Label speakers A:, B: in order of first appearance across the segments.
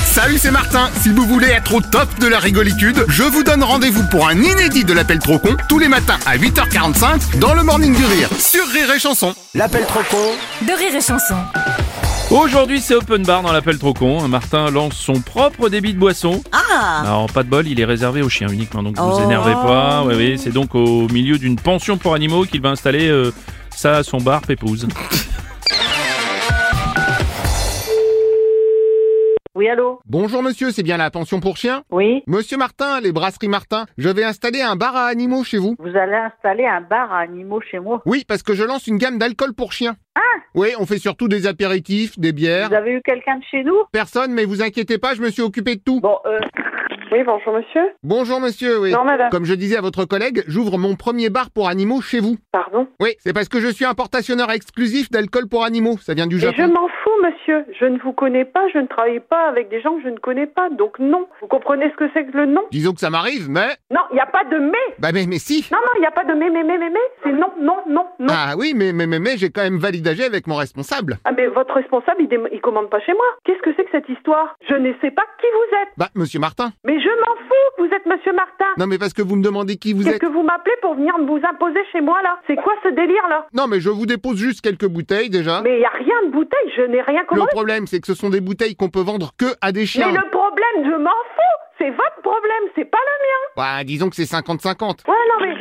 A: Salut, c'est Martin. Si vous voulez être au top de la rigolitude, je vous donne rendez-vous pour un inédit de l'appel trop con tous les matins à 8h45 dans le Morning du Rire sur Rire et Chanson.
B: L'appel trop con
C: de rire et chanson.
D: Aujourd'hui, c'est open bar dans l'appel trop con. Martin lance son propre débit de boisson. Ah Alors, pas de bol, il est réservé aux chiens uniquement, donc ne vous énervez pas. Oui, oui, c'est donc au milieu d'une pension pour animaux qu'il va installer euh, ça à son bar Pépouze.
E: Oui, allô
A: Bonjour monsieur, c'est bien la pension pour chiens
E: Oui
A: Monsieur Martin, les brasseries Martin, je vais installer un bar à animaux chez vous.
E: Vous allez installer un bar à animaux chez moi
A: Oui, parce que je lance une gamme d'alcool pour chiens. Ah Oui, on fait surtout des apéritifs, des bières.
E: Vous avez eu quelqu'un de chez nous
A: Personne, mais vous inquiétez pas, je me suis occupé de tout.
E: Bon, euh...
F: Oui, bonjour monsieur.
A: Bonjour monsieur, oui.
F: Non madame.
A: Comme je disais à votre collègue, j'ouvre mon premier bar pour animaux chez vous.
F: Pardon.
A: Oui, c'est parce que je suis importationneur exclusif d'alcool pour animaux, ça vient du
F: Mais je
A: Japon.
F: m'en fous monsieur. Je ne vous connais pas, je ne travaille pas avec des gens que je ne connais pas. Donc non. Vous comprenez ce que c'est que le non
A: Disons que ça m'arrive, mais...
F: Non, il n'y a pas de mais.
A: Bah mais, mais si
F: Non, non, il n'y a pas de mais, mais, mais, mais, mais. C'est non, non, non, non. Ah.
A: Ah oui, mais, mais, mais, mais j'ai quand même validagé avec mon responsable.
F: mais votre responsable, il, dé- il commande pas chez moi. Qu'est-ce que c'est que cette histoire Je ne sais pas qui vous êtes.
A: Bah, monsieur Martin.
F: Mais je m'en fous. que Vous êtes monsieur Martin.
A: Non mais parce que vous me demandez qui vous
F: Qu'est-ce
A: êtes.
F: que vous m'appelez pour venir vous imposer chez moi là C'est quoi ce délire là
A: Non mais je vous dépose juste quelques bouteilles déjà.
F: Mais il n'y a rien de bouteille, je n'ai rien
A: Hein Le
F: commandé.
A: problème, c'est que ce sont des bouteilles qu'on peut vendre que à des
F: Mais
A: chiens.
F: le problème, je m'en fous. C'est votre problème, c'est pas le mien.
A: Bah, disons que c'est 50-50.
F: Ouais, non, mais.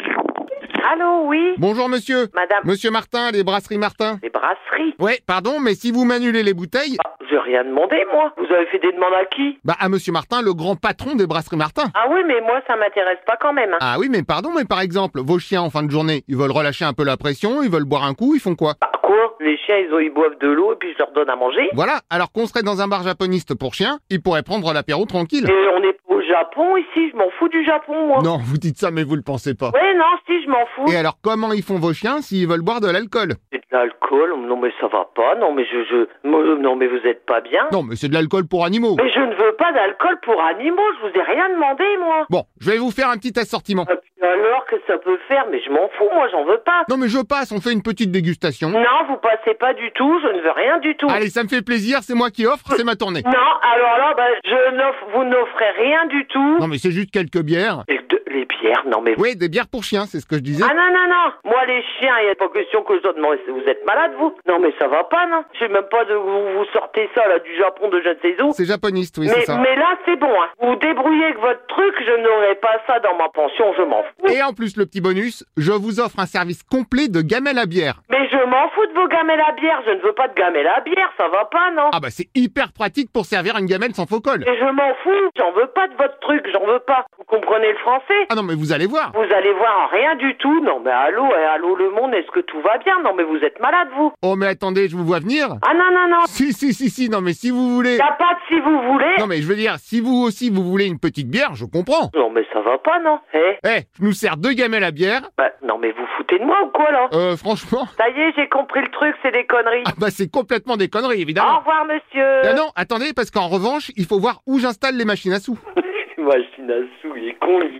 F: Allô, oui
A: Bonjour monsieur.
F: Madame,
A: Monsieur Martin, les brasseries Martin.
G: Les brasseries
A: Ouais, pardon, mais si vous m'annulez les bouteilles,
G: ah, J'ai rien demandé, moi. Vous avez fait des demandes à qui
A: bah à monsieur Martin, le grand patron des brasseries Martin.
G: Ah oui, mais moi, ça m'intéresse pas quand même. hein.
A: Ah oui, mais pardon, mais par exemple, vos chiens en fin de journée, ils veulent relâcher un peu la pression, ils veulent boire un coup, ils font quoi
G: Bah, quoi Les chiens, ils, ont, ils boivent de l'eau et puis je leur donne à manger
A: Voilà, alors qu'on serait dans un bar japoniste pour chiens, ils pourraient prendre l'apéro tranquille.
G: Et on est au Japon, ici. Je m'en fous du Japon, moi.
A: Non, vous dites ça, mais vous le pensez pas.
G: Ouais, non, si, je m'en fous.
A: Et alors, comment ils font vos chiens s'ils veulent boire de l'alcool
G: C'est de l'alcool. Non, mais ça va pas. Non, mais je... je... moi, euh, Non, mais vous êtes pas bien.
A: Non, mais c'est de l'alcool pour animaux.
G: Mais je ne veux pas d'alcool pour animaux. Je vous ai rien demandé, moi.
A: Bon, je vais vous faire un petit assortiment.
G: Ah, puis alors, que ça peut faire Mais je m'en fous, moi, j'en veux pas.
A: Non, mais je passe, on fait une petite dégustation.
G: Non, vous passez pas du tout. Je ne veux rien du tout.
A: Allez, ça me fait plaisir, c'est moi qui offre, c'est ma tournée.
G: Non, alors là, bah, je n'offre, vous n'offrez rien du tout.
A: Non, mais c'est juste quelques bières.
G: Et de- les bières, non mais.
A: Oui, des bières pour chiens, c'est ce que je disais.
G: Ah non, non, non Moi, les chiens, il n'y a pas question que je donne. Non, Vous êtes malade, vous Non, mais ça va pas, non Je sais même pas de vous, vous sortez ça, là, du Japon, de je ne sais où.
A: C'est japoniste, oui, c'est
G: Mais,
A: ça.
G: mais là, c'est bon, hein. Vous débrouillez avec votre truc, je n'aurai pas ça dans ma pension, je m'en fous.
A: Et en plus, le petit bonus, je vous offre un service complet de gamelle à bière.
G: Mais je m'en fous de vos gamelles à bière, je ne veux pas de gamelles à bière, ça va pas, non
A: Ah bah c'est hyper pratique pour servir une gamelle sans faux col.
G: Mais je m'en fous, j'en veux pas de votre truc, j'en veux pas. Vous comprenez le français
A: Ah non, mais vous allez voir.
G: Vous allez voir rien du tout. Non mais allô, eh, allô le monde, est-ce que tout va bien Non mais vous êtes malade vous.
A: Oh mais attendez, je vous vois venir.
G: Ah non non non.
A: Si, si, si, si, non mais si vous voulez...
G: Y a pas de si vous voulez.
A: Non mais je veux dire, si vous aussi vous voulez une petite bière, je comprends.
G: Non mais ça va pas non. Eh
A: Eh, je nous sers deux gamelles à bière.
G: bah, non mais vous foutez de moi ou quoi là
A: Euh, franchement...
G: Ça y est, j'ai compris le truc, c'est des conneries.
A: Ah bah c'est complètement des conneries,
G: Au
A: évidemment.
G: revoir monsieur.
A: Non, non, attendez, parce qu'en revanche, il faut voir où j'installe les machines à sous.
G: Machine à sous, il est con lui.